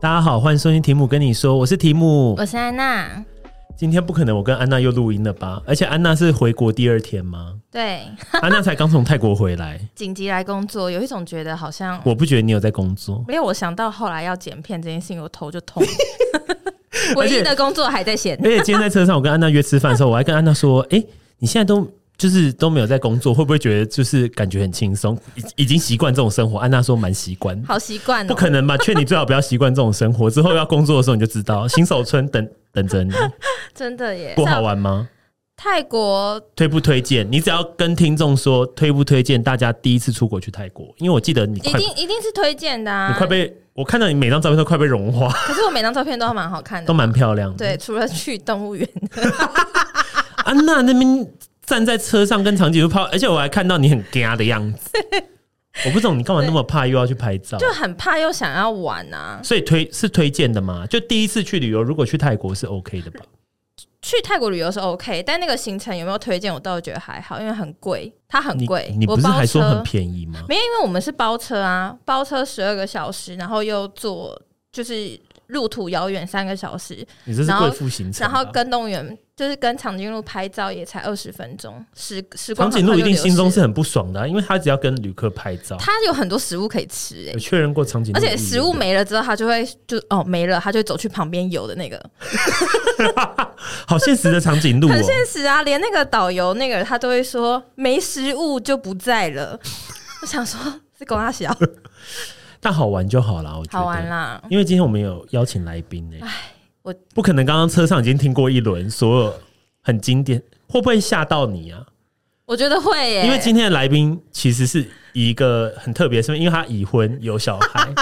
大家好，欢迎收听题目跟你说，我是题目我。是安娜。今天不可能，我跟安娜又录音了吧？而且安娜是回国第二天 吗？对，安娜才刚从泰国回来，紧急来工作，有一种觉得好像我不觉得你有在工作。没有我想到后来要剪片这件事情，我头就痛。 唯而且一的工作还在闲而，且今天在车上，我跟安娜约吃饭的时候，我还跟安娜说：“哎、你现在都就是都没有在工作，会不会觉得就是感觉很轻松，已已经习惯这种生活？”安娜说：“蛮习惯。”好习惯不哦。可能吧？劝你最好不要习惯这种生活，之后要工作的时候你就知道，新手村等等着你。真的耶。不好玩吗？泰国推不推荐？你只要跟听众说推不推荐，大家第一次出国去泰国，因为我记得你一快定一定是推荐的你啊快。被我看到你每张照片都快被融化，可是我每张照片都蛮好看都的。蛮漂亮的。 对，除啊了去动物园， 安娜那边站在车上跟长颈鹿拍，而且我还看到你很嗲的样 子。我不懂你干嘛那么怕又要去拍照，就很怕又想要玩啊。所以推是推荐的嘛？就第一次去旅游，如果去泰国是 OK 的吧？去泰国旅游是 OK，但那个行程有没有推荐，我倒是觉得还好，因为很贵，它很你贵。你我不是包还说车很便宜吗？没有，因为我们是包车啊，包车十二个小时，然后又坐就是路途遥远三个小时，你这是然后贵妇行程然吧，后跟动物园就是跟长颈鹿拍照也才二十分钟，时时光长很颈快鹿一就定流心中逝是了很不爽的啊、因为他只要跟旅客拍照，它有很多食物可以吃诶、有确认过长颈鹿而的意愿，且食物没了之后，它就会就哦没了，它就会走去旁边游的那个，好现实的长颈鹿、哦，很现实啊！连那个导游那个他都会说没食物就不在了。 我想说，是狗大小，但好玩就好啦，我觉得好玩啦！因为今天我们有邀请来宾呢、我不可能刚刚车上已经听过一轮所有很经典，会不会吓到你啊？我觉得会耶、因为今天的来宾其实是一个很特别，是因为他已婚有小 孩。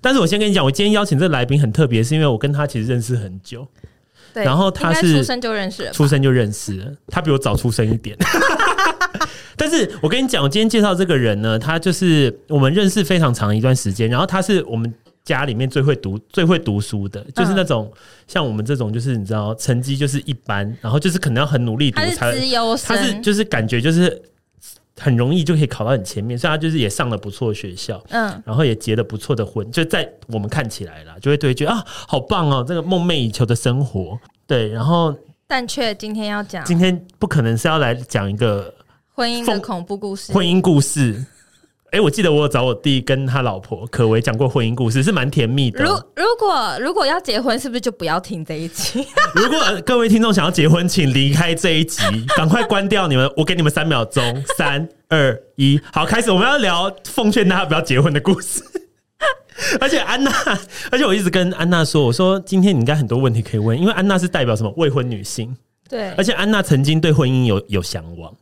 但是我先跟你讲，我今天邀请这个来宾很特别，是因为我跟他其实认识很久，对然后他应该是出生就认识了吧，出生就认识了，他比我早出生一点。 但是我跟你讲，我今天介绍这个人呢，他就是我们认识非常长一段时间，然后他是我们家里面最会读、最会读书的，就是那种、像我们这种，就是你知道成绩就是一般，然后就是可能要很努力读他是才，资优他生，是就是感觉就是很容易就可以考到很前面，所以他就是也上了不错的学校。嗯，然后也结了不错的婚，就在我们看起来啦，就会对觉得啊，好棒哦，这个梦寐以求的生活。对，然后但却今天要讲今天不可能是要来讲一个婚姻的恐怖故事。婚姻故事。哎、我记得我有找我弟跟他老婆可为讲过婚姻故事，是蛮甜蜜的如。如果如果要结婚，是不是就不要听这一 集？如果呃各位听众想要结婚，请离开这一集，赶快关掉你们，我给你们三秒钟，三二一，好，开始，我们要聊奉劝大家不要结婚的故事。 而且安娜，而且我一直跟安娜说，我说今天你应该很多问题可以问，因为安娜是代表什么未婚女性，对而且安娜曾经对婚姻有有向往。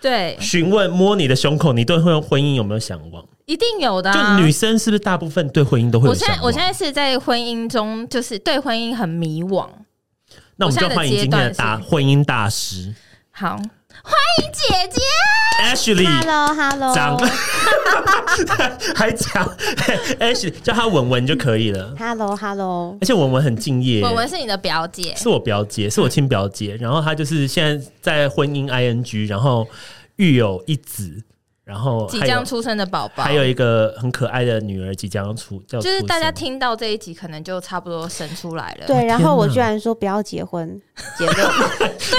对，询问摸你的胸口，你对婚婚姻有没有向往？一定有的、啊。就女生是不是大部分对婚姻都会有我现向在往？我现在是在婚姻中，就是对婚姻很迷惘。那我们我就现在的欢迎今天的大阶段婚姻大师好，欢迎姐姐， Ashley Hello Hello，张， 还讲 Ashley 叫她文文就可以了。 Hello Hello，而且文文很敬业，我文是你的表姐，是我表姐，是我亲表姐。然后她就是现在在婚姻 ing，然后育有一子，然后即还有将出生的宝宝还。有一个很可爱的女儿即将出，叫就是大家出生听到这一集，可能就差不多生出来了。对，然后我天哪居然说不要 结婚，结论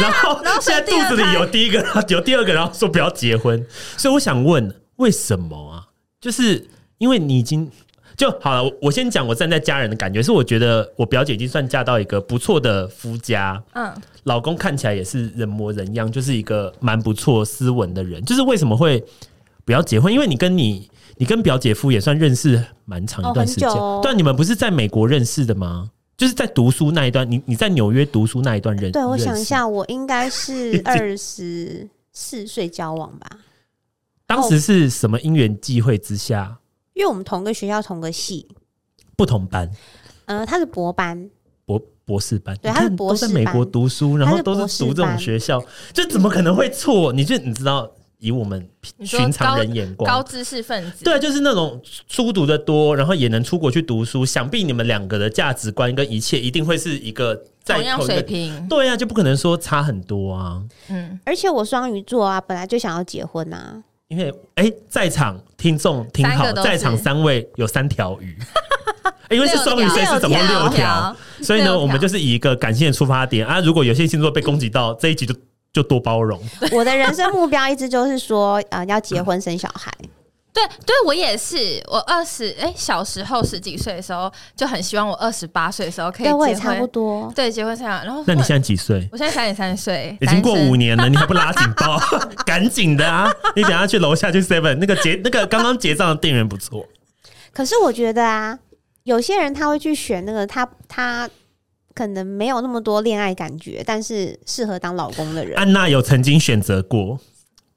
然后然后现在生第二肚子里胎有第一个， 然后有第二个，然后说不要结婚。所以我想问，为什么啊？就是因为你已经就好了。我我先讲我站在家人的感觉，是我觉得我表姐已经算嫁到一个不错的夫家，嗯，老公看起来也是人模人样，就是一个蛮不错斯文的人。就是为什么会不要结婚？因为你跟你你跟表姐夫也算认识蛮长一段时间，哦很久哦对啊，你们不是在美国认识的吗？就是在读书那一段，你你在纽约读书那一段认，对我认想一识下，我应该是经二十四岁交往吧，当时是什么因缘际会之下因为我们同个学校同个系，不同班呃，他是博班，博博士班？对你看他是博士都班在美国读书，然他后是博士都班是读这种学校，就怎么可能会错？你就你知道，以我们你说寻常高人眼高光。知识分子，对，啊就是那种书读的多，然后也能出国去读书。想必你们两个的价值观跟一切一定会是一个在同样一个水。平，对呀、啊就不可能说差很多啊。嗯，而且我双鱼座啊，本来就想要结婚啊，因为哎、在场听众听三好，个都是 在场三位有三条鱼。因为是双鱼六所以条是总共六条六条， 所以呢，六条我们就是以一个感性的出发点啊。如果有些星座被攻击到，这一集就就多包容。我的人生目标一直就 是说，呃，要结婚生小孩。嗯对对，我也是。我二十哎，小时候十几岁的时候就很希望我二十八岁的时候可以对，我也结差不婚，多。对，结婚生小孩。然后那你我现在几岁？我现在三十三岁，已经过单身五年了，你还不拉警报？ 赶紧的啊！你等下去楼下去 Seven 那个结那个刚刚结账的店员不错，可是我觉得啊，有些人他会去选那个他他可能没有那么多恋爱感觉，但是适合当老公的人。安娜有曾经选择过，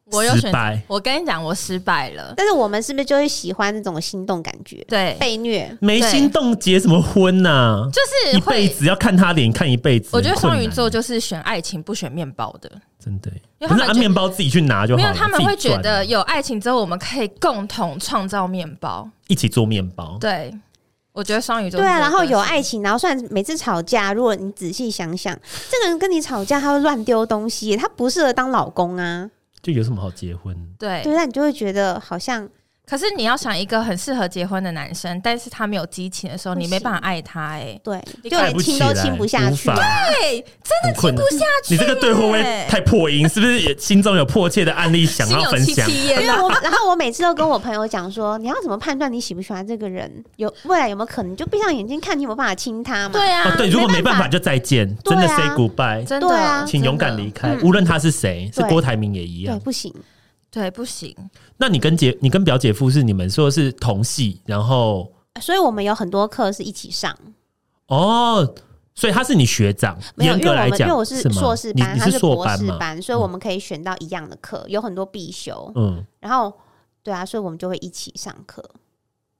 我有失选败我跟你讲，我失败了。但是我们是不是就是喜欢那种心动感觉？对，被虐，没心动结什么婚呐、就是一辈会。子要看他脸看一辈子，我觉得双鱼座就就是选爱情不选面包的，真的、因为可他是们按觉面包自己去拿就好没了，有他们会自己觉赚啊得有爱情之后，我们可以共同创造面包。一起做面包，对，我觉得双鱼座对啊，是这个然后有个性爱情，然后虽然每次吵架，如果你仔细想想，这个人跟你吵架，他会乱丢东西，他不适合当老公啊。就有什么好结婚？对，对，那你就会觉得好像可是你要想一个很适合结婚的男生，但是他没有激情的时候，不你行没办法爱他、欸。对，你就连不亲起都来，亲不下去无。法哎，对，很困难。去你这个对会不会耶太破音？是不是也心中有迫切的案例想心要有分戚享？戚焉因啊。为我，然后我每次都跟我朋友讲说，你要怎么判断你喜不喜欢这个人？有未来有没有可能？你就闭上眼睛看，你有没有办法亲他嘛？对哦，啊，对，如果没没办办法法就再见，对真的啊 say goodbye，真的，对啊请勇敢真的离开，嗯无论他是谁，是对郭台铭也一对，样。不行，对，不行。那你跟姐，你跟表姐夫是你们说是同系，然后所以我们有很多课是一起上，哦，所以他是你学长，没有，严因为格我来们因讲，为我是吗硕士你班，你他是硕博班士嘛？班，所以我们可以选到一样的课，有很多必修，嗯，然后对啊，所以我们就会一起上课。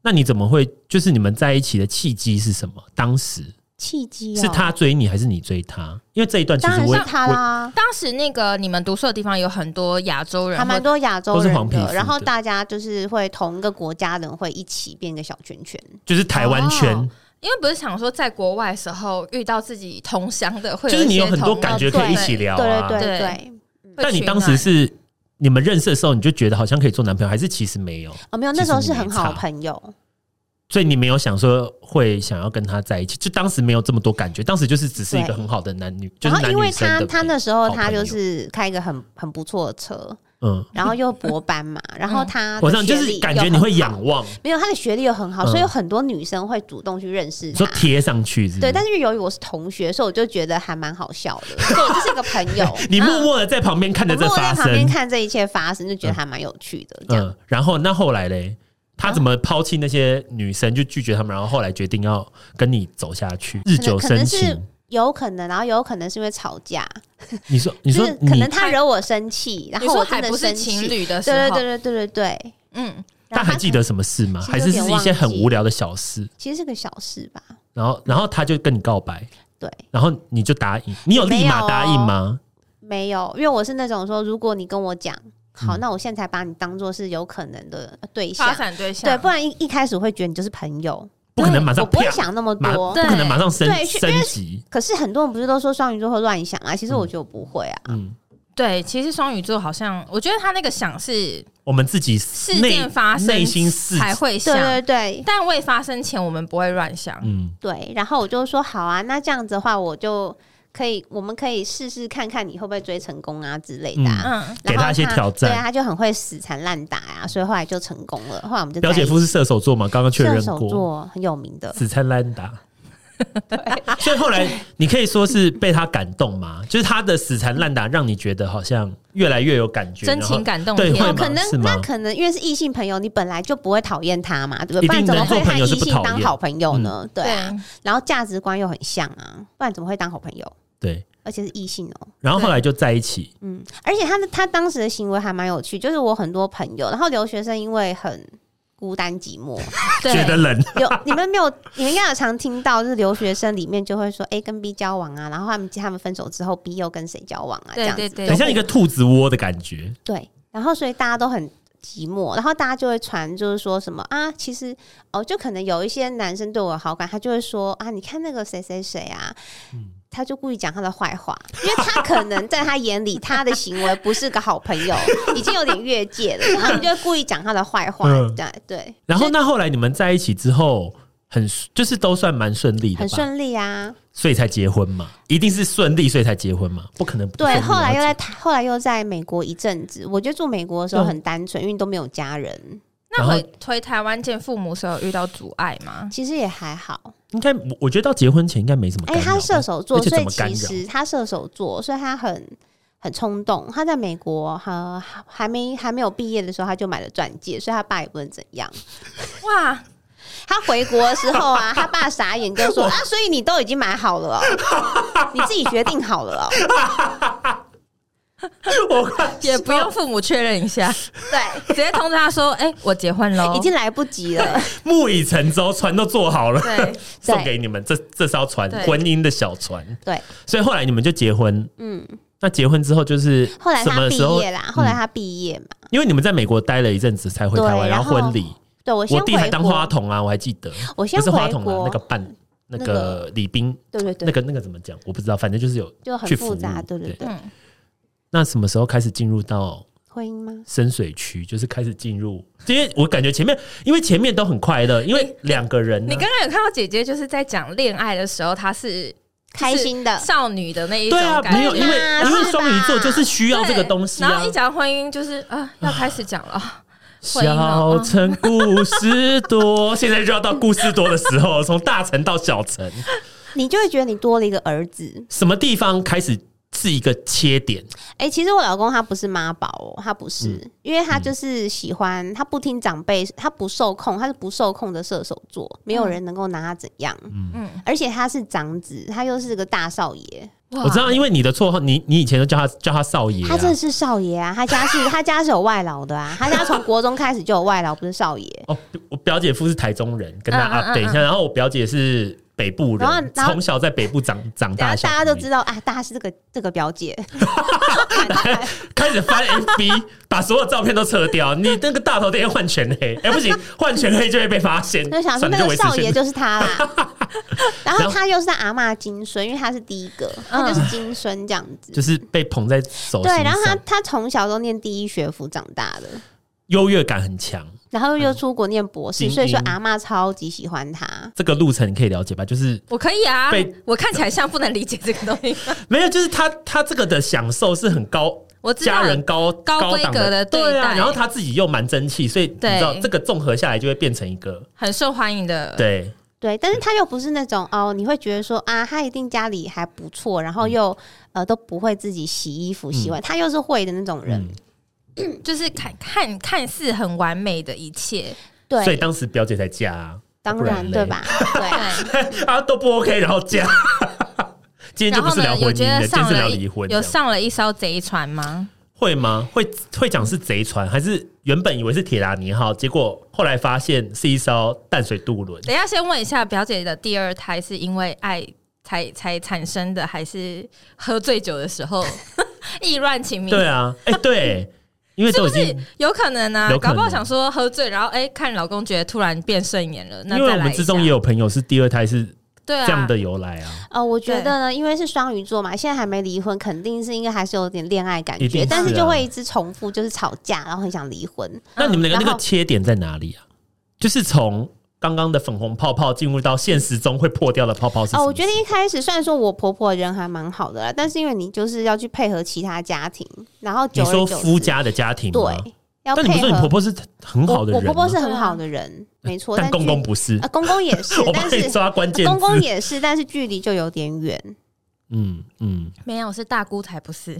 那你怎么会就是你们在一起的契机是什么？当时契机、哦、是他追你还是你追他？因为这一段其当实然我也是他我啦，当时那个你们读书的地方有很多亚洲人还或蛮多亚洲都是人黄皮肤的然后大家就是会同一个国家的人会一起变一个小圈圈，就是台湾圈哦，因为不是想说在国外的时候遇到自己同乡的，会就是你有有一些很多同感觉可以一起聊啊。哦对对对对对，会但你取当时暖是你们认识的时候，你就觉得好像可以做男朋友，还是其实没有？哦没有，其实那时候你是没很好的差朋友，所以你没有想说会想要跟他在一起，就当时没有这么多感觉，当时就是只是一个对很好的男女，就是然后男因女为生他的他那时候好他朋友就是开一个很很不错的车，嗯，然后又博班嘛，然后他我的让就学是历感又觉你很会好啊仰望，没有，他的学历又很好，嗯所以有很多女生会主动去认识你他说。贴上去是不是对，但是由于我是同学，所以我就觉得还蛮好笑 。的，所以我就是一个朋友你默默的在旁边看我着这嗯默默发在旁边生，看这一切发生，就觉得还蛮有趣的。这样，嗯，然后那后来嘞，他怎么抛弃那些女生，就拒绝他们，然后后来决定要跟你走下去，日久可能生是情。有可能，然后有可能是因为吵架，你说，你就说是你可能他惹我生气，然你后说我还真的不是生情气。侣的时对对候，对对对对对。嗯，他然后还记得什么事吗？其实还有是是点一些忘很记无聊的小事？其实是个小事吧？然后，然后他就跟你告白，对，然后你就答应，你有立没有马哦答应吗？没有，因为我是那种说，如果你跟我讲嗯好，那我现在才把你当做是有可能的对发象，展对象对，不然一一开始会觉得你就是朋友，不可能马上我不会啪想那么马多不。可能马上升对去升级。可是很多人不是都说双鱼座会乱想啊？其实我觉得我不会啊。嗯，对，其实双鱼座好像，我觉得他那个想是我们自己事内件发生内心世才会想对，对对但未发生前我们不会乱想。嗯，对，然后我就说好啊，那这样子的话，我就可以，我们可以试试看看你会不会追成功啊之类的、啊。嗯，给然后他一些挑战对啊，他就很会死缠烂打呀、啊，所以后来就成功了。后来我们就表在姐一起夫是射手座嘛，刚刚确射认手过，座很有名的，死缠烂打。 所以后来你可以说是被他感动嘛，就是他的死缠烂打让你觉得好像越来越有感觉，真然后情感动对天，会吗可能是吗那可能因为是异性朋友，你本来就不会讨厌他嘛，对不一定对？不然怎么会能做和朋友异是不性讨厌嗯当好朋友呢？对啊、对然后价值观又很像啊，不然怎么会当好朋友？对，而且是异性哦、然后后来就在一起，嗯，而且他的他当时的行为还蛮有趣，就是我很多朋友，然后留学生因为很孤单寂寞， 对觉得冷，有你们没有，你们应该有常听到，就是留学生里面就会说 A 跟 B 交往啊，然后他们他们分手之后 B 又跟谁交往啊，这对样子对对很像一个兔子窝的感觉。对，然后所以大家都很。寂寞，然后大家就会传，就是说什么啊，其实哦，就可能有一些男生对我有好感，他就会说啊，你看那个谁谁谁啊，他就故意讲他的坏话，因为他可能在他眼里，他的行为不是个好朋友，已经有点越界了，所以他们就会故意讲他的坏话嗯，对对。然后那后来你们在一起之后，很就是都算蛮顺利的很吧，顺利啊。所以才结婚嘛，一定是顺利所以才结婚嘛，不可能不顺对，利后来又然在结台后来又在美国一阵子。我觉得住美国的时候很单纯，因为都没有家人，那然后回回台湾见父母时候有遇到阻碍吗？其实也还好。应该我我觉得到结婚前应该没什么干哎，扰吧。他射手座，而且所怎以么干其扰？实他射手座，所以他很很冲动。他在美国还还没还没有毕业的时候，他就买了钻戒，所以他爸也不能怎样。哇，他回国的时候啊，他爸傻眼就 说：“啊，所以你都已经买好了、哦，你自己决定好了、哦。我快也不用父母确认一下，对，直接通知他说：“哎、我结婚哦喽！”已经来不 及了。木已成舟，船都做好了， 对，送给你们这这艘船，对婚姻的小船。对，所以后来你们就结婚，嗯，那结婚之后就是后来什他么毕时候业？啦，后来他毕业嘛，因为你们在美国待了一阵子嗯才回台湾，对然后然后婚礼，对我先我弟还回当花国，童啊，我还记得，我不先是花回童啊，国那个，伴那那个个礼宾，对对那对，个那个怎么讲？我不知道，反正就是有。就很去服复杂，务对对对对，嗯，那什么时候开始进入到婚姻吗？深水区？就是开始进入，因为我感觉前面，因为前面都很快乐，因为两个人呢、你刚刚有看到姐姐就是在讲恋爱的时候，她是开心的，少女的那一种对啊，感觉，没有，因为对啦因为是双鱼座就是需要这个东西然啊后一。讲婚姻，就是啊，要开始讲了。婚小姻哦嗯城故事多，现在就要到故事多的时候，从大城到小城，你就会觉得你多了一个儿子。什么地方开始是一个切点？哎、其实我老公他不是妈宝哦，他不是，因为他就是喜欢，他不听长辈，他不受控，他是不受控的射手座，没有人能够拿他怎样。嗯，而且他是长子，他又是个大少爷，哇我知道，因为你的绰号，你你以前都叫他叫他少爷、啊，他真的是少爷啊！他家 是他家是有外劳的啊，他家从国中开始就有外劳，不是少爷。哦，我表姐夫是台中人，跟他嗯嗯嗯 update 一下，然后我表姐是北部然后人，然后从小在北部长长大大，家大家都道。知道啊，大家是这个这个表姐，开始翻 FB，把 所有照片都撤掉。你那个大头贴换全 黑，哎、不行，换全黑就会被发现。就想说算了那个维持少现爷状就是他 啦。然然后后他又是他阿嬷金孙，因为他是第一个，他就是金孙这样子。就是被捧在手心上，对，然后他他从小都念第一学府长大的，优越感很强。然后嗯又出国念博精英士，所以说阿嬷超级喜欢他。这个路程你可以了解吧？就是我可以啊被，我看起来像不能理解这个东西， 没有，就是他他这个的享受是很高，我知道家人高高档规格的对对啊，待然后他自己又蛮争气，所以你知道对这个综合下来就会变成一个很受欢迎的。对。对，但是他又不是那种哦，你会觉得说啊，他一定家里还不错，然后又嗯呃都不会自己洗衣服洗碗，他又是会的那种人。嗯，就是看看看似很完美的一切，对，所以当时表姐才嫁啊，当不然然嘞对吧？对，对。啊都不 OK，然后 嫁。今天就然不后是聊呢，有婚觉姻的，得今天上是聊了离婚这有样。上了一艘贼船吗？会吗？会会讲是贼船，还是原本以为是铁达尼号，结果后来发现是一艘淡水渡轮？等一下先问一下表姐的第二胎是因为爱才才产生的，还是喝醉酒的时候意乱情迷？对 啊，哎、对，因为是都不已经是有可能啊？有可能搞不好想说喝醉，然后哎、看老公觉得突然变顺眼了，那因为再我来们一之中也下有朋友是第二胎是对啊这样的由来啊，呃，我觉得呢，因为是双鱼座嘛，现在还没离婚，肯定是应该还是有点恋爱感一定觉，是但是啊就会一直重复，就是吵架，然后很想离婚。那你们两个然那后个切点在哪里啊？就是从刚刚的粉红泡泡进入到现实中会破掉的泡泡是什么？哦，我觉得一开始虽然说我婆婆人还蛮好的啦，但是因为你就是要去配合其他家庭，然后你久说而久之夫家的家庭吗对，要但你不是配说合。你婆婆是很好的我，我人吗，婆婆是很好的人，没错。但公距公不是啊、。公公也是 ，我但帮你是呃抓关键公公字，也是，但是距离就有点远。嗯嗯，没有是大姑才不是，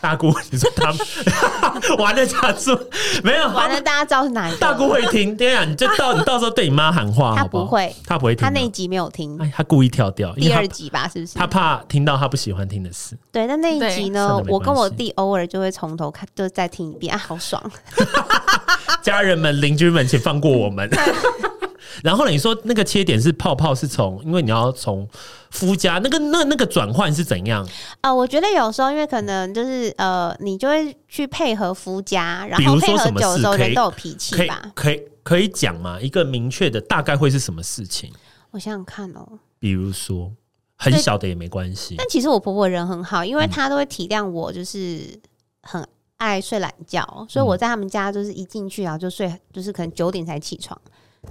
大姑，你说他们 玩的假住没有？完了，大家知道是哪一 个？大姑会听，天啊，你就到你到时候对你妈喊话，她好好不，会，她不会听她啊，那一集没有听。哎，她故意跳掉，因第二为集吧，是不是？她她怕听到她不喜欢听的事。对，但那一集对呢算了没关，系我跟我弟偶尔就会从头看，就再听一遍啊，好爽！家人们、邻居们，请放过我 们。然后呢，你说那个切点是泡泡是从，因为你要从夫家那个那那个转换是怎样？啊、我觉得有时候因为可能就是呃，你就会去配合夫家，然比后如配说合什么久的时候事可以人都有脾可气以吧。可以可以讲吗？一个明确的大概会是什么事情？我想想看哦，比如说很小的也没关系，但其实我婆婆人很好，嗯因为她都会体谅我，就是很嗯爱睡懒觉，所以我在他们家就是一进去然后就睡，就是可能九点才起床，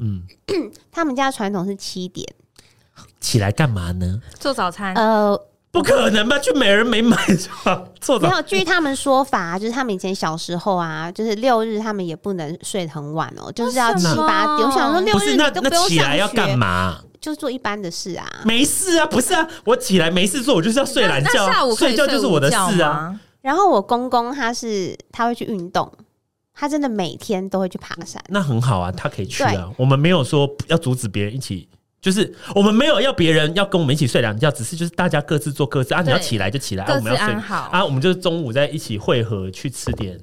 嗯， 他们家传统是七点，起来干嘛呢？做早啊餐，呃，不可能吧？去美人美买是吧？做没的有，据他们说法啊，就是他们以前小时候啊，就是六日他们也不能睡很晚哦，就是要为七什么八点。我想说六不日是你那都不那用起来要上干学，嘛？就做一般的事啊。没事啊，不是啊，我起来没事做，我就是要睡懒那觉那下啊，午可以觉就是我的午事觉啊。吗。然后我公公他是他会去运动，他真的每天都会去爬山。那很好啊，他可以去啊。我们没有说要阻止别人一起，就是我们没有要别人要跟我们一起睡懒觉，只是就是大家各自做各自啊。你对要起来就起来，啊、各我自们要睡安好啊，我们就是中午在一起汇合去吃点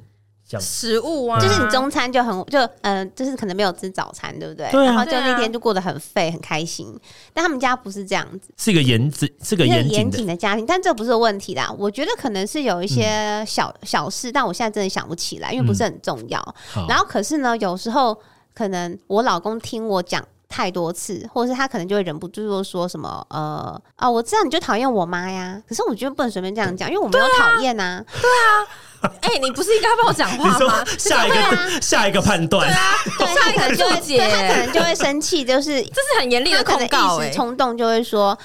这样。食物啊，就是你中餐就很就呃，就是可能没有吃早餐，对不对？对啊然后就对啊那天就过得很废，很开心。但他们家不是这样子，是一个严谨，是个一个严谨严的谨的家庭，但这不是问题啦。我觉得可能是有一嗯些小、小事，但我现在真的想不起来，因为不是很重要。好然后可是呢，有时候可能我老公听我讲太多次，或者是他可能就会忍不住就说什么呃啊、我知道你就讨厌我妈呀，可是我觉得不能随便这样讲，因为我没有讨厌啊。哎，你不是应该帮我讲你话吗说？下一个 下一个判断，啊对，啊他可能就会，注解对他可能就会生气， 就是这是很严厉他的可能控告一哎欸时。冲动就会说。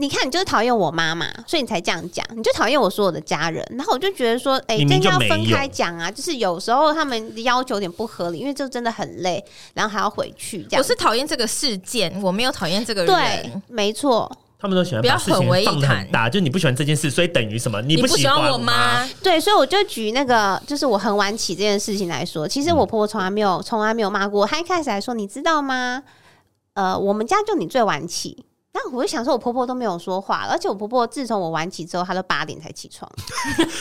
你看，你就是讨厌我妈妈，所以你才这样讲，你就讨厌我所有的家人。然后我就觉得说，哎、明这明应就该要没分有开讲啊。就是有时候他们的要求有点不合理，因为这真的很累，然后还要回去这样我。是讨厌这个事件，我没有讨厌这个对人。，没错，他们都喜欢不要把事情混为一放得很谈大，就你不喜欢这件事，所以等于什么？你你不喜喜欢我我吗？？对，所以我就举那个，就是我很晚起这件事情来说，其嗯实我婆婆从来没有，从来没有骂过我。她一开始还说，你知道吗？呃，我们家就你最晚起。那我就想说，我婆婆都没有说话，而且我婆婆自从我晚起之后，她都八点才 起床。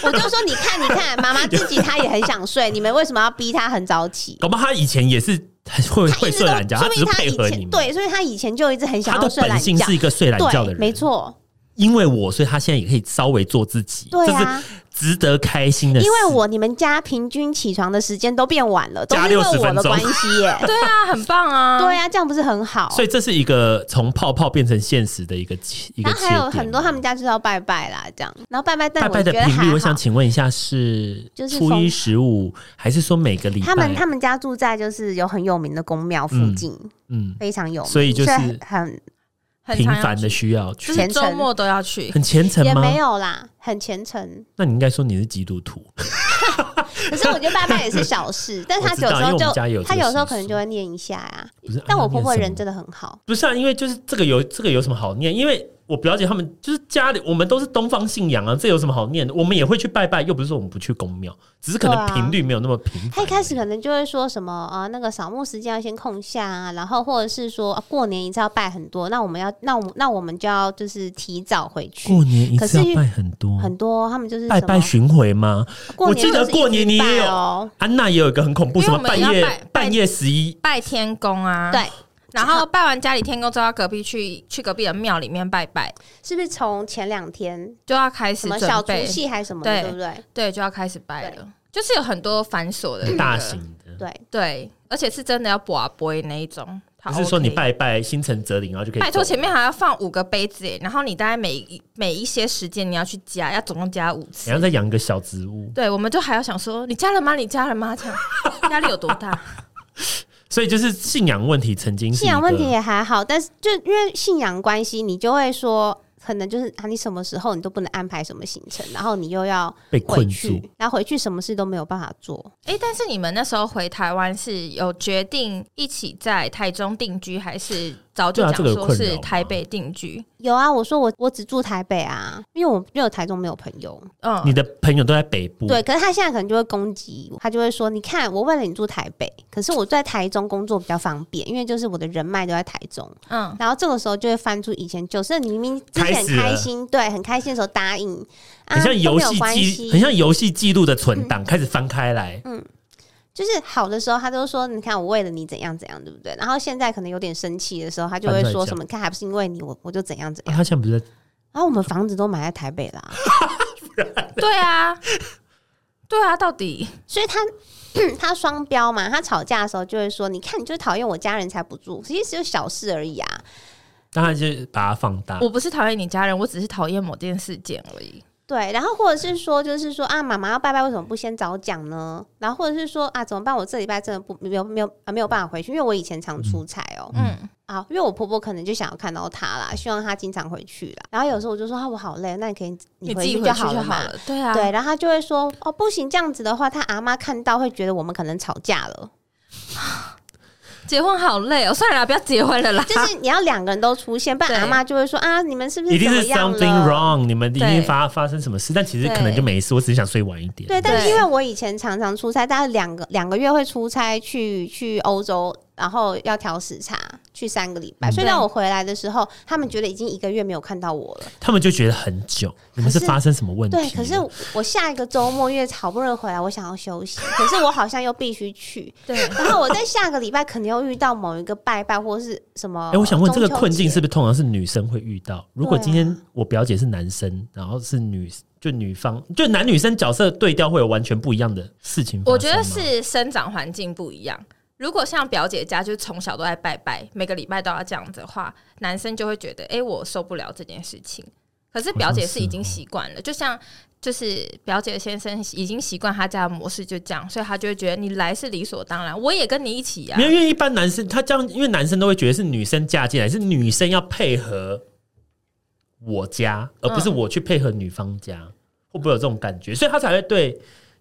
我就说，你看，你看，妈妈自己她也很想睡，你们为什么要逼她很早起？搞不好他以前也是很会她会一直睡都懒觉，他说只明是她配以合你前们。对，所以她以前就一直很想他要的睡懒本觉性。是一个睡懒觉的对，人，没。错，因为我，所以他现在也可以稍微做自己，对这啊是值得开心的事。因为我你们家平均起床的时间都变晚了，都加是因为60我分的钟关系耶。对啊，很棒啊。对啊，这样不是很好？所以这是一个从泡泡变成现实的一个切一个然切后点。还有很多他们家就是要拜拜啦，这样。然后拜拜，但拜我拜觉的得还频率，我好想。请问一下是就是初一逢十五，还是说每个礼拜？他们他们家住在就是有很有名的宫庙附近，嗯，非常有名，所以就是很很频常要繁的去需要去就，虔是诚周末都要去。很虔诚也吗？没有啦，很虔诚。那你应该说你是基督徒， 可是我觉得拜拜也是小事，但是 我他知道有时因为候我们就家也有这他个有时候习可能俗就会念一下呀、不是？但啊我婆婆人的真的很好，不是啊，因为就是这个有这个有什么好念？因为我表姐他们就是家里，我们都是东方信仰啊，这有什么好念的？我们也会去拜拜，又不是说我们不去宫庙，只是可能对啊频率没有那么频繁。他一开始可能就会说什么呃，那个扫墓时间要先空下啊，然后或者是说、啊过年一次要拜很多，那我们要那我们那我们就要就是提早回去。过年一可次是要拜很多，很多他们就是拜什么拜巡回吗？过我年记得就是一过直年你也拜有哦，安娜也有一个很恐怖，因什为么我们半要夜拜拜半夜十一，拜天公 啊，对，，然后拜完家里天公，之后到隔壁去去隔壁的庙里面拜拜，是不是从前两天就要开始什么小准除备，夕还是什么的，对对不对？对，就要开始拜了，就是有很多繁琐的 那个呃嗯大型，的，对，对，而且是真的要卜卜那一种，它不是说你 OK 拜拜心诚则灵，然后就可以走。拜托，前面还要放五个杯子欸耶，然后你大概每一每一些时间你要去加，要总共加五次然。后再养一个小植物，对，我们就还要想说，你加了吗？你加了吗？这 样压力有多大？所以就是信仰问题曾经是信仰一问个题也还好，但是就因为信仰关系，你就会说。可能就是啊，你什么时候你都不能安排什么行程，然后你又要被回困住去，，然后回去什么事都没有办法做。哎、但是你们那时候回台湾是有决定一起在台中定居，还是早就对啊讲这个有说困扰是吗台北定居？有啊，我说我我只住台北啊，因为我没有台中没有朋友。嗯，你的朋友都在北部，对，可是他现在可能就会攻击我，他就会说：“你看，我为了你住台北，可是我在台中工作比较方便，因为就是我的人脉都在台中。”哦嗯，然后这个时候就会翻出以前九色，你明明之前开始很了开心，对，很开心的时候答应，啊，很像都游没有戏关记，系，嗯很像游戏记录的存档，开始翻开来，就是好的时候，他都说你看我为了你怎样怎样，对不对？然后现在可能有点生气的时候，他就会说什么，看还不是因为你，我我就怎样怎啊样。他现在不是在然后我们房子都买在台北啦，对啊，对啊，到底所以他 他双标嘛，他吵架的时候就会说，你看你就是讨厌我家人才不住，其实就小事而已啊。当然就是把它放大我。不是讨厌你家人，我只是讨厌某件事件而已。对，然后或者是说，就是说啊，妈妈要拜拜，为什么不先早讲呢？然后或者是说啊，怎么办？我这礼拜真的不没有没有啊没有办法回去，因为我以前常出差哦、嗯，啊，因为我婆婆可能就想要看到她啦，希望她经常回去啦。然后有时候我就说啊，我好累，那你可以你自回己去回去就好好了嘛。了，对啊，对，然后她就会说哦，不行，这样子的话，她阿妈看到会觉得我们可能吵架了。结婚好累哦，算了啦，不要结婚了啦。就是你要两个人都出现，不然对阿妈就会说啊，你们是不一是怎定么是样 something 了？ wrong，你们一对定发发生什么事，但其实可能就没事，我只是想睡晚一点。对，但是对因为我以前常常出差，大概两个两个月会出差去去欧洲，然后要调时差，去三个礼拜，嗯所以当对我回来的时候，他们觉得已经一个月没有看到我了。他们就觉得很久，你们是可是发生什么问题了？对，可是我下一个周末因为好不容易回来，我想要 休息，可是我好像又必须去。对，然后我在下个礼拜可能又遇到某一个拜拜或是什么。哎、我想问，这个困境是不不是通常是女生会遇到？如果对啊今天我表姐是男生，然后是女，就女方，就男女生角色对调会有完全不一样的事情发生吗我觉得，是啊生长环境不一样。如果像表姐家，就是从小都在拜拜，每个礼拜都要这样子的话，男生就会觉得，哎、我受不了这件事情。可是表姐是已经习惯了，就像就是表姐先生已经习惯他家的模式就这样，所以他就会觉得你来是理所当然，我也跟你一起啊呀、没有，因为一般男生他这样，因为男生都会觉得是女生嫁进来，是女生要配合我家，而不是我去配合女方家，嗯会不会有这种感觉？所以他才会对，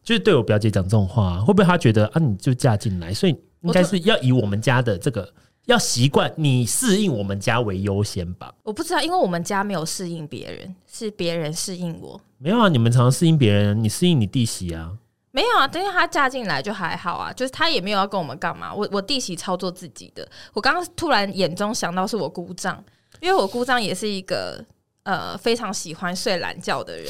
就是对我表姐讲这种话，会不会他觉得啊，你就嫁进来，所以应该是要以我们家的这个。要习惯你适应我们家为优先吧。我不知道，因为我们家没有适应别人，是别人适应我。没有啊，你们常常适应别人，你适应你弟媳啊。没有啊，但是她嫁进来就还好啊，就是她也没有要跟我们干嘛。我我弟媳操作自己的，我刚刚突然眼中想到是我姑丈，因为我姑丈也是一个呃非常喜欢睡懒觉的人。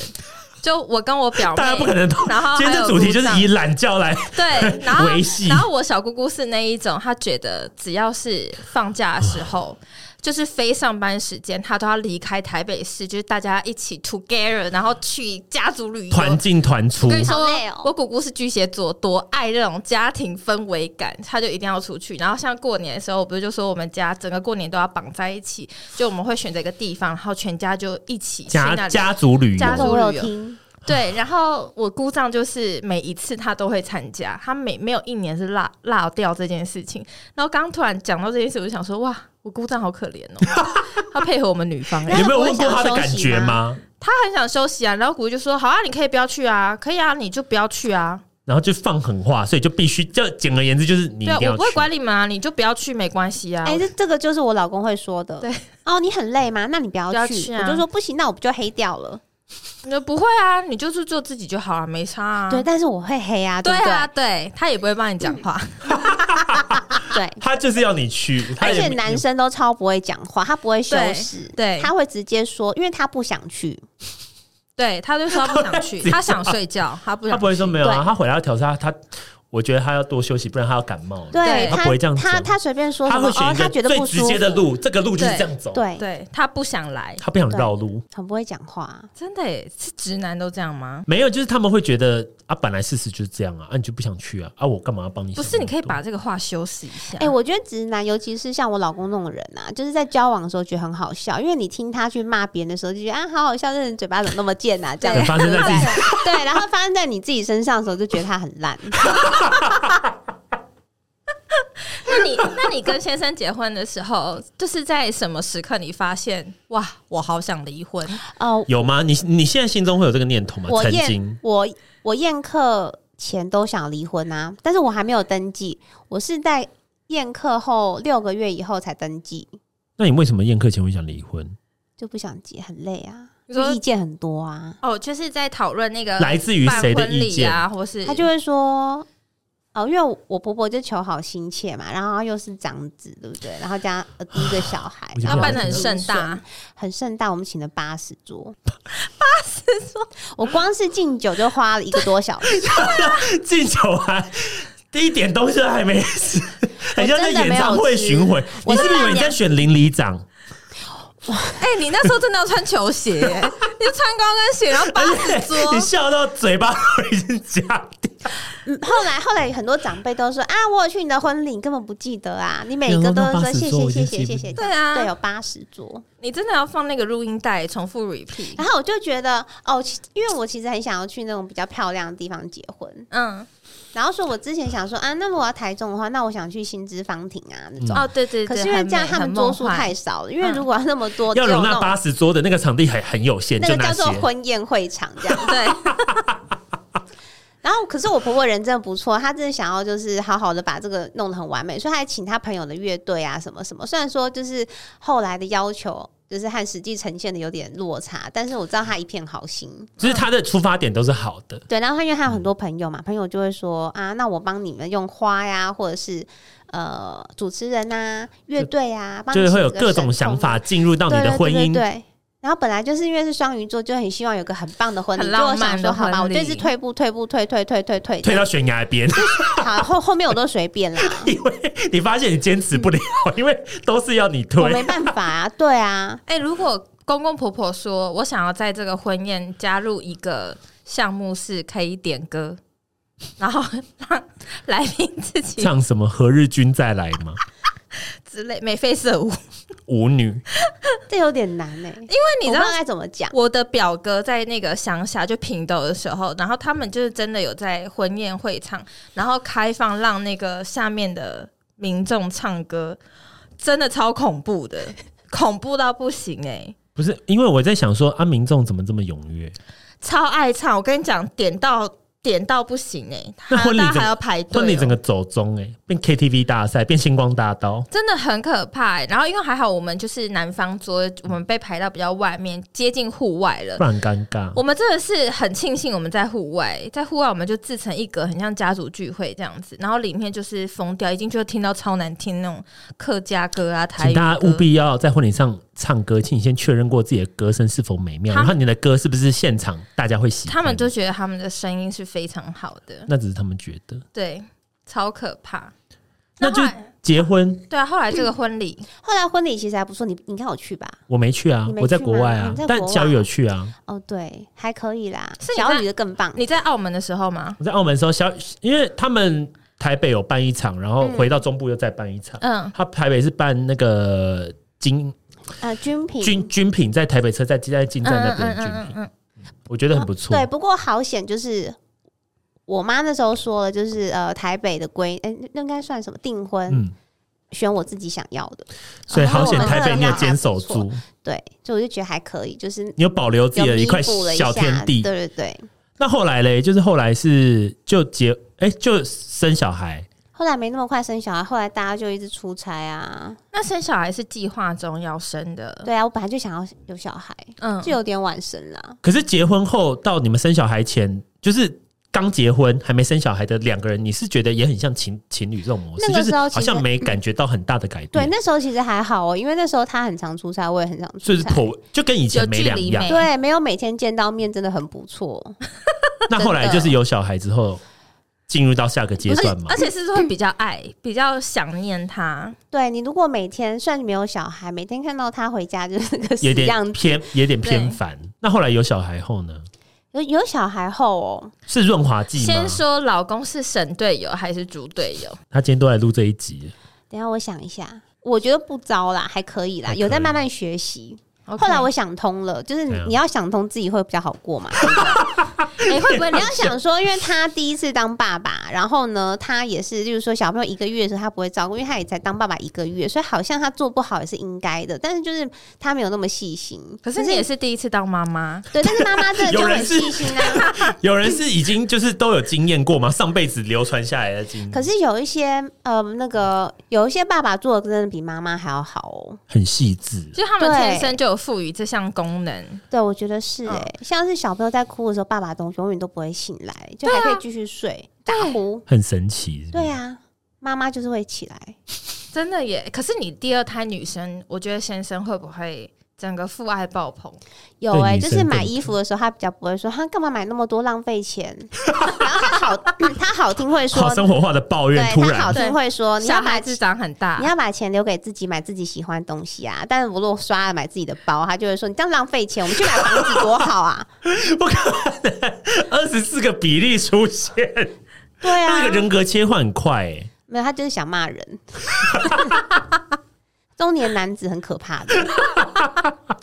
就我跟我表妹， 大家不可能都然后还有今天这主题就是姑丈以懒觉来， 对，然后维系然后我小姑姑是那一种，她觉得只要是放假的时 候，就是非上班时间，她都要离开台北市，就是大家一起 together，然后去家族旅游。团进团出我。跟你说好累哦，我姑姑是巨蟹座，多爱这种家庭氛围感，她就一定要出去。然后像过年的时候，我不是就说我们家整个过年都要绑在一起，就我们会选择一个地方，然后全家就一起去那家里家族旅啊游家这，个族我有旅游听，对，然后我姑丈就是每一次他都会参加，他每没有一年是落落掉这件事情。然后刚刚突然讲到这件事，我就想说，哇，我姑丈好可怜 哦，他配合我们女 方欸，有没有问过他的感觉吗？他很想休息啊。然后姑姑就说，好啊，你可以不要去啊，可以啊，你就不要去啊。然后就放狠话，所以就必须，就简而言之就是你一对啊定，要我去不。会管你们啊，你就不要去，没关系啊。哎、这这个就是我老公会说的。对，哦，你很累吗？那你不要不要去。去啊我就说不行，那我不就黑掉了？你说不会啊，你就是做自己就好了、没差啊。对，但是我会黑啊，对不对？啊，对他也不会帮你讲 话。对。他就是要你去， 他而也且没男生都超不会讲话，他不会修对饰，对他会直接说，因为他不想去。对他就说他不想去， 他想睡觉，他不想他不会说没有啊，对他回来要调查他，我觉得他要多休息，不然他要感冒了。对他不会这样讲他他随便说什他么，会选哦，一他个觉得最不直舒接的服，路，这个路就是这样走。，对，对他不想来，他不想绕路。很不会讲话。真的耶是直男都这样吗？没有，就是他们会觉得啊，本来事实就是这样啊，啊你就不想去啊，啊我干嘛要帮你不想那么多？是，你可以把这个话修饰一下。哎、我觉得直男，尤其是像我老公那种人啊，就是在交往的时候觉得很好笑，因为你听他去骂别人的时候，就觉得啊，好好笑，这人嘴巴怎么那么贱啊，这样对发生在自己对，然后发生在你自己身上的时候，就觉得他很烂。 那你那你跟先生结婚的时候，就是在什么时刻你发现哇，我好想离婚？哦、有吗？你你现在心中会有这个念头吗？我曾经宴我我宴客前都想离婚啊，但是我还没有登记，我是在宴客后六个月以后才登记，那你为什么宴客前会想离婚？ 就不想结，很累啊，你就说意见很多啊，哦，就是在讨论那个来自于办谁的婚意礼见？啊，或是他就会说。哦，因为我婆婆就求好心切嘛，然后又是长子，对不对？然 后加呃第一个小孩我，已经要然后办的很很盛大，很盛大，我们请了八十桌，八十桌，我光是敬酒就花了一个多小时，敬酒还啊第一点东西都还没吃，很像在真的没有演唱会吃巡回。我你是不是以真的为你没在有选邻里长？哎、你那时候真的要穿球 鞋耶，你穿高跟鞋，然后八而十且桌你，笑到嘴巴都已经夹掉，嗯后来后来很多长辈都说啊，我有去你的婚礼，你根本不记得啊，你每一个都是说谢谢谢谢谢谢，对啊对，有八十桌。你真的要放那个录音带重复 repeat，然后我就觉得哦，其因为我其实很想要去那种比较漂亮的地方结婚，嗯，然后说我之前想说啊，那如果要台中的话，那我想去新知芳庭啊那嗯种。哦，对对对，可是因为很这样美他们很桌梦数幻太少了，因为嗯如果要那么多，要容纳八八十桌的那个场地还很有限，那就个那叫些做。婚宴会场这样。对，然后，可是我婆婆人真的不错，她真的想要就是好好的把这个弄得很完美，所以她还请她朋友的乐队啊什么什么。虽然说就是后来的要求就是和实际呈现的有点落差，但是我知道她一片好心。就是他的出发点都是好的，对，然后她因为她有很多朋友嘛，朋友就会说啊，那我帮你们用花呀，或者是呃主持人啊、乐队啊，帮你就是会有请这个各种神童想啊法进入到你对的婚对姻。对对对然后本来就是因为是双鱼座，就很希望有个很棒的婚礼，很浪就我漫想的说好吧，我婚礼这次退步退步退退退退退退到悬崖边，好后后面我都随便啦，因为 你发现你坚持不了，因为都是要你我没推。办法啊，对啊，哎、如果公公婆婆说我想要在这个婚宴加入一个项目是可以点歌，然后让 来宾自己 唱什么何日君再来吗？之类眉飞色舞，因舞女这有点难欸呢、因为为你知道。该怎么讲，我的表哥在那个乡下，就平斗的时候，然后他们就是真的有在婚宴会场，然后开放让那个下面的民众唱歌，真的超恐 怖的，恐怖到不行哎、不是，因为我在想说，啊，民众怎么这么踊跃？超爱唱，我跟你讲，点到点到不行哎、欸，那还婚礼大家整还要排队哦、婚礼整个走中哎、变 KTV 大赛，变星光大道，真的很可怕、欸。然后因为还好我们就是南方桌，我们被排到比较外面，接近户外了不。然很尴尬。我们真的是很庆幸我们在户外，在户外我们就自成一格，很像家族聚会这样子。然后里面就是疯掉，一进去就听到超难听那种客家歌啊、台请语歌。大家务必要在婚礼上唱歌，请你先确认过自己的歌声是否美妙，他然后你的歌是不是现场大家会喜欢。他们就觉得他们的声音是非常好的，那只是他们觉得，对，超可怕。那就后来结婚对啊，后来这个婚礼，后来婚礼其实还不错，你你看我去吧，我没去啊你，没我在去国吗外你啊在，但国小雨外有去啊。哦对，还可以啦，是你小在雨的更棒，你在澳门的时候吗？我在澳门的时候，小因为他们台北有办一场，然嗯后回到中部又再办一场。嗯，他台北是办那个精呃，军品军军品，在台北车站在进站那边的嗯军嗯嗯品，嗯我觉得很不错。哦对，不过好险就是。我妈那时候说了，就是呃，台北的闺，哎、那应该算什么订婚？嗯，选我自己想要的，所以好险哦台北你有坚守哦那还住，对，所以我就觉得还可以，就是你有保留自己有的弥块补了一小下天地。对对对，那后来嘞，就是后来是就结哎、就生小孩，后来没那么快生小孩，后来大家就一直出差啊。那生小孩是计划中要生的，对啊，我本来就想要有小孩，嗯就有点晚生啦。可是结婚后到你们生小孩前，就是刚结婚还没生小孩的两个人，你是觉得也很像情情侣这种模式，那个就是时候好其实像没感觉到很大的改对，变，那时候其实还好哦、因为那时候他很常出差，我也很常出就是差。颇就跟以前没两有距离样美。对，没有每天见到面，真的很不错。 那后来就是有小孩之后，进入到下个阶而且段嘛而。且是会比较爱，比较想念他，对你如果每天虽然你没有小孩，每天看到他回家就是那个死有样点子。偏，有点偏对烦。那后来有小孩后呢？有有小孩后哦，是润滑剂吗先？说老公是省队友还是猪队友？他今天都来录这一集，等一下我想一下，我觉得不糟啦，还可以啦，还可以有在慢慢学习。后后来我想通了，就是你对啊你要想通自己会比较好过嘛。哎会不会你 要想说，因为他第一次当爸爸，然后呢，他也是，例如说小朋友一个月的时候，他不会照顾，因为他也才当爸爸一个月，所以好像他做不好也是应该的。但是就是他没有那么细心，可是你也是第一次当妈妈，对，但是妈 妈真的就有人很是细心啊。有人是已经就是都有经验过吗？上辈子流传下来的经验，可是有一些呃，那个有一些爸爸做的真的比妈妈还要好哦。很细致。就他们对天生就有赋予这项功能。对，我觉得是嗯哎、像是小朋友在哭的时候，爸爸都永远都不会醒来，就啊还可以继续睡、打呼。很神奇是不是对啊，妈妈就是会起来。真的耶！可是你第二胎女生，我觉得先生会不会整个父爱爆棚？有对哎、女就生是买更衣服的时候，他比较不会说他干嘛买那么多浪费钱， 然后他好他好听会说好，生活化的抱对怨突他好然，听会说你小要把孩子长很大你，要把钱留给自己买自己喜欢的东西啊。但是我如果刷了买自己的包，他就会说你这样浪费钱，我们去买 房子多好啊。二十四个比例出现，对啊对 那啊个，人格切换很快、欸， 没有，他就是想骂人。 中年男子很可怕的，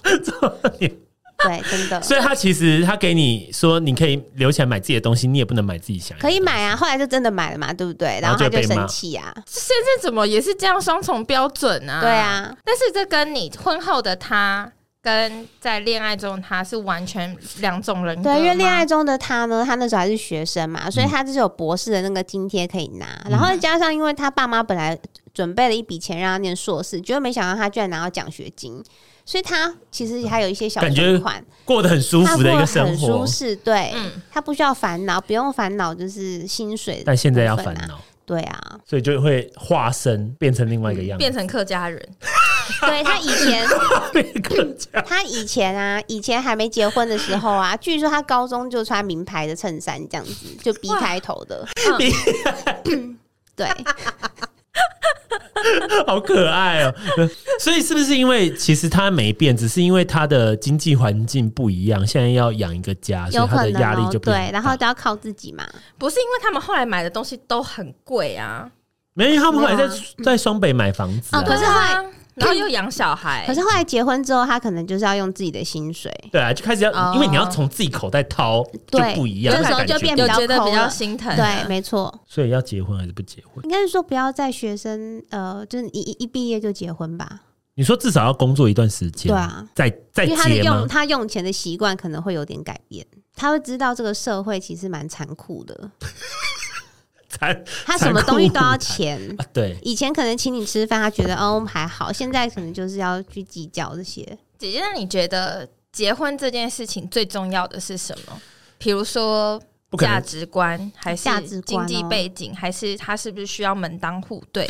对，真的所以他其实他给你说，你可以留起来买自己的东西，你也不能买自己想要的可以买啊。后来就真的买了嘛，对不对？然然后后就他就被骂生气啊，现在怎么也是这样双重标准啊？对，啊，但是这跟你婚后的他跟在恋爱中的他是完全两种嗯人格吗，对，因为恋爱中的他呢，他那时候还是学生嘛，所以他就是有博士的那个津贴可以拿，嗯然后再加上因为他爸妈本来准备了一笔钱让他念硕士，结果没想到他居然拿到奖学金，所以他其实还有一些小感觉存款，过得很舒他服过的一得个生很活舒，适，对、嗯他不需要烦恼，不用烦恼就是薪水、但现在要烦，恼，对啊，所以就会化身变成另外一个样子嗯变，成客家人，对他以前。 变成更加他以前啊，以前还没结婚的时候啊，据说他高中就穿名牌的衬衫，这样子就 B 开头 的，嗯 B 对，好可爱哦、 所以是不是因为其实他没变，只是因为他的经济环境不一样，现在要养一个家，所有以他可的能压力哦、就变大对，然后都要靠自己嘛。不是因为他们后来买的东西都很贵啊，没有因为他们后来在没有在双北买房子啊，哦可是对后来啊，然后又养小哎孩，可是后来结婚之后，他可能就是要用自己的薪水，对啊，就开始要，哦因为你要从自己口袋掏，就对不一样，这时候感觉就变有比较觉得抠比较了心哎疼，啊对，，没错。所以要结婚还是不结婚？应该是说不要在学生呃，就是一一一毕业就结婚吧，你说至少要工作一段时间，对啊，再再因为他的结吗 用？他用钱的习惯可能会有点改变，他会知道这个社会其实蛮残酷 的，才他什么东西都要钱。 啊，对，以前可能请你吃饭，他觉得哦还好，现在可能就是要去计较这些。姐姐，那你觉得结婚这件事情最重要的是什么？比如说不可价能。值观，还是价值经观济哦背景，还是他是不是需要门当户对？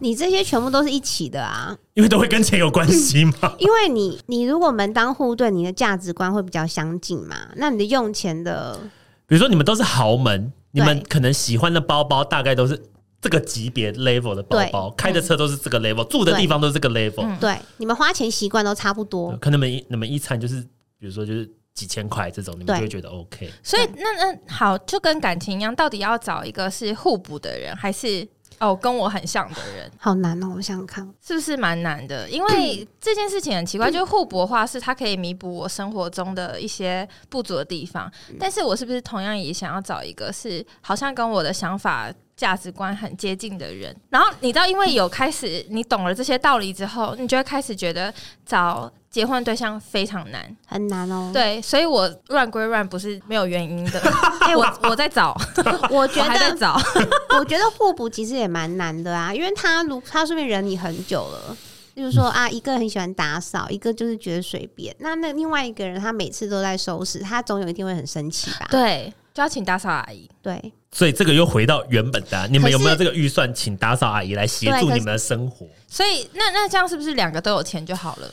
你这些全部都是一起的啊，因为都会跟钱有关系 嘛。因为你你如果门当户对，你的价值观会比较相近嘛，那你的用钱的嗯比如说你们都是豪门，你对们可能喜欢的包包大概都是这个级别 level 的包包，开的车都是这个 level，住的地方都是这个 level，嗯对你们花钱习惯都差不多对，可能你们一你们一餐就是，比如说就是几千块这种，你们对就会觉得 OK。所以那那好，就跟感情一样，到底要找一个是互补的人，还是哦跟我很像的人？好难哦、我想想看，是不是蛮难的？因嗯为这件事情很奇怪，就是互补的话是它可以弥补我生活中的一些不足的地方，嗯但是我是不是同样也想要找一个是好像跟我的想法、价值观很接近的人？然后你知道，因为有开始你懂了这些道理之后，你就会开始觉得找结婚对象非常难。很难哦、，对，所以我乱归乱不是没有原因 的，我我在找，我我觉还在得找，我觉得互补其实也蛮难的啊，因为他如他说明忍你很久了。就是嗯说啊，一个很喜欢打扫，一个就是觉得随便。那那另外一个人，他每次都在收拾，他总有一天会很生气吧？对，就要请打扫阿姨。对所以这个又回到原本的啊、你们可是有没有这个预算，请打扫阿姨来协对助可你是们的生活？所以那那这样是不是两个都有钱就好了？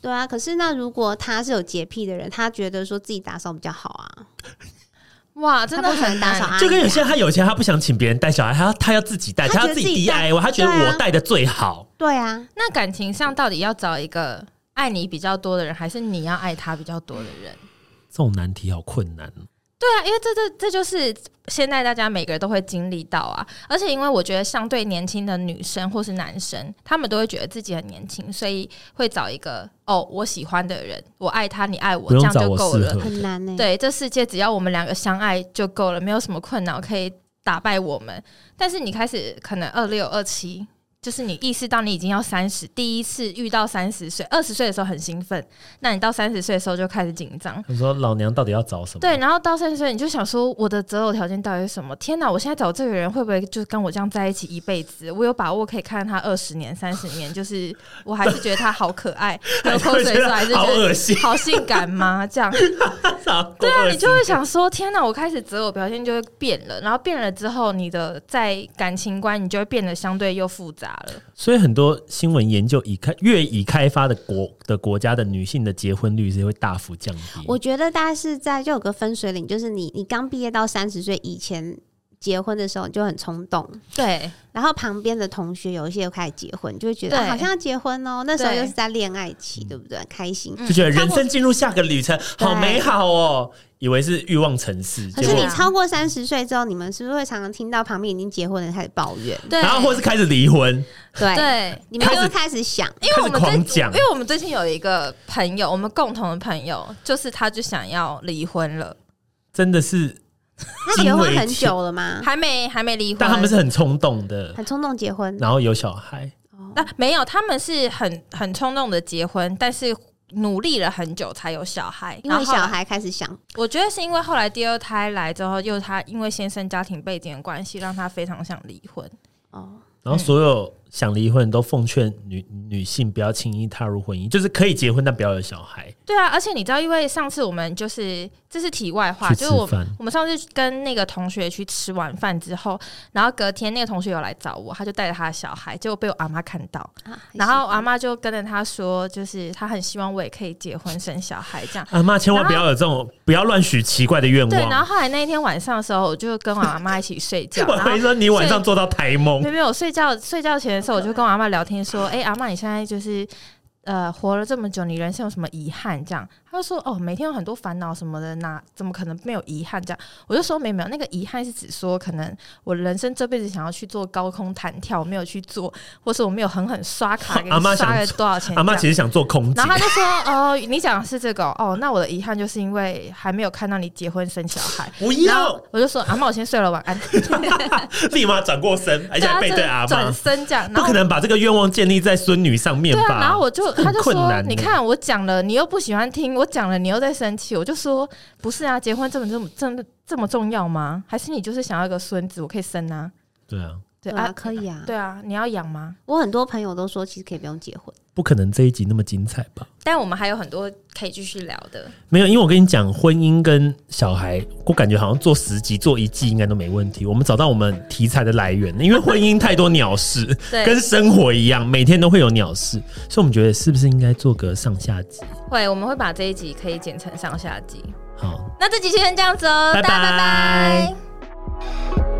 对啊。可是那如果他是有洁癖的人，他觉得说自己打扫比较好啊，哇，真的他不喜很欢打难扫。阿姨啊。就跟有些人他有钱，他不想请别人带小孩，他要他要自己带，他他要觉得自自己己带 DIY，他觉得对啊我带的最好。对啊，那感情上到底要找一个爱你比较多的人，还是你要爱他比较多的人？这种难题好困难哦。对啊，因为这这这就是现在大家每个人都会经历到啊，而且因为我觉得相对年轻的女生或是男生，他们都会觉得自己很年轻，所以会找一个哦我喜欢的人，我爱他，你爱不我，这用样找就我够适了合。很难欸呢、，对，这世界只要我们两个相爱就够了，没有什么困扰可以打败我们。但是你开始可能二六二七，就是你意识到你已经要三十，第一次遇到三十岁，二十岁的时候很兴奋，那你到三十岁的时候就开始紧张。他说老娘到底要找什么？ 对，然后到三十岁，你就想说，我的择偶条件到底是什么？天哪，我现在找这个人会不会就跟我这样在一起一辈子？我有把握可以看他二十年、三十年，就是我还是觉得他好可爱， 流口水出来就好觉得恶心，好性感吗？这样，对啊你就会想说，天哪！我开始择偶表现就会变了，然后变了之后，你的在感情观你就会变得相对又复杂了。所以很多新闻研究已开越已开发的国的国家的女性的结婚率是会大幅降低。我觉得大概是在就有个分水岭，就是你你刚毕业到三十岁以前。结婚的时候你就很冲动，对然后旁边的同学有一些又开始结婚，就会觉得、对啊好像要结婚哦，那时候对嗯又是在恋爱期，对不对？很开心。就觉得人生进入下个旅程，嗯好美好哦，以为是欲望城市，可结是果你超过三十岁之后，你们是不是会常常听到旁边已经结婚的开始抱怨？对，然后或是开始离婚，对，对，你们就开始会开始想，因为我们开始狂最讲因为我们最近有一个朋友，我们共同的朋友，就是他就想要离婚了，真的是，他结婚很久了吗？还没还没离婚，但他们是很冲动的，很冲动结婚，然后有小孩，那没有，他们是很很冲动的结婚，但是努力了很久才有小孩，因然为后后来小，孩开始想，我觉得是因为后来第二胎来之后，又他因为先生家庭背景的关系，让他非常想离婚。哦，然后所有想离婚都奉劝女女性不要轻易踏入婚姻，就是可以结婚但不要有小孩。对啊，而且你知道，因为上次我们就是这是题外话，去就吃是我饭们我们上次跟那个同学去吃完饭之后，然后隔天那个同学有来找我，他就带着他的小孩，结果被我阿妈看到，啊然哎后阿妈就跟着他说，就是他很希望我也可以结婚生小孩这样。阿啊妈千万不要有这种，不要乱许奇怪的愿对，然后望。后来那一天晚上的时候，我就跟我阿妈一起 睡觉，我然后会说你晚上做到台梦没有没有，我睡觉睡觉前的时候，我就跟我阿妈聊天说：“哎、阿妈，你现在就是呃活了这么久，你人生有什么遗憾？”这样，她就说：“哦，每天有很多烦恼什么的，哪怎么可能没有遗憾？”这样，我就说：“没有没有，那个遗憾是指说，可能我人生这辈子想要去做高空弹跳，我没有去做，或是我没有狠狠刷卡给啊阿嬷你刷想了多少钱。”阿妈其实想做空姐然，后他就说：“哦，你讲的是这个哦哦，那我的遗憾就是因为还没有看到你结婚生小孩。”不然要后我就说：“阿妈，我先睡了，晚安。”立马转过身，而且还背哎对阿啊转妈，身这样，不然后可。能把这个愿望建立在孙女上面对吧？啊，然后我就这他很就困说难，呢你看我讲了，你又不喜欢听，我讲了，你又在生气，我就说不是啊，结婚这么这么这么这么重要吗？还是你就是想要一个孙子，我可以生啊？对啊，对啊，啊，可以啊。对啊，你要养吗？我很多朋友都说，其实可以不用结婚，不可能这一集那么精彩吧？但我们还有很多可以继续聊的，，没有，因为我跟你讲，婚姻跟小孩，我感觉好像做十集、做一季应该都没问题。我们找到我们题材的来源，因为婚姻太多鸟事对跟生活一样，每天都会有鸟事，所以我们觉得是不是应该做个上下集？会我们会把这一集可以剪成上下集。好，那这集先这样子哦，拜大家拜拜拜。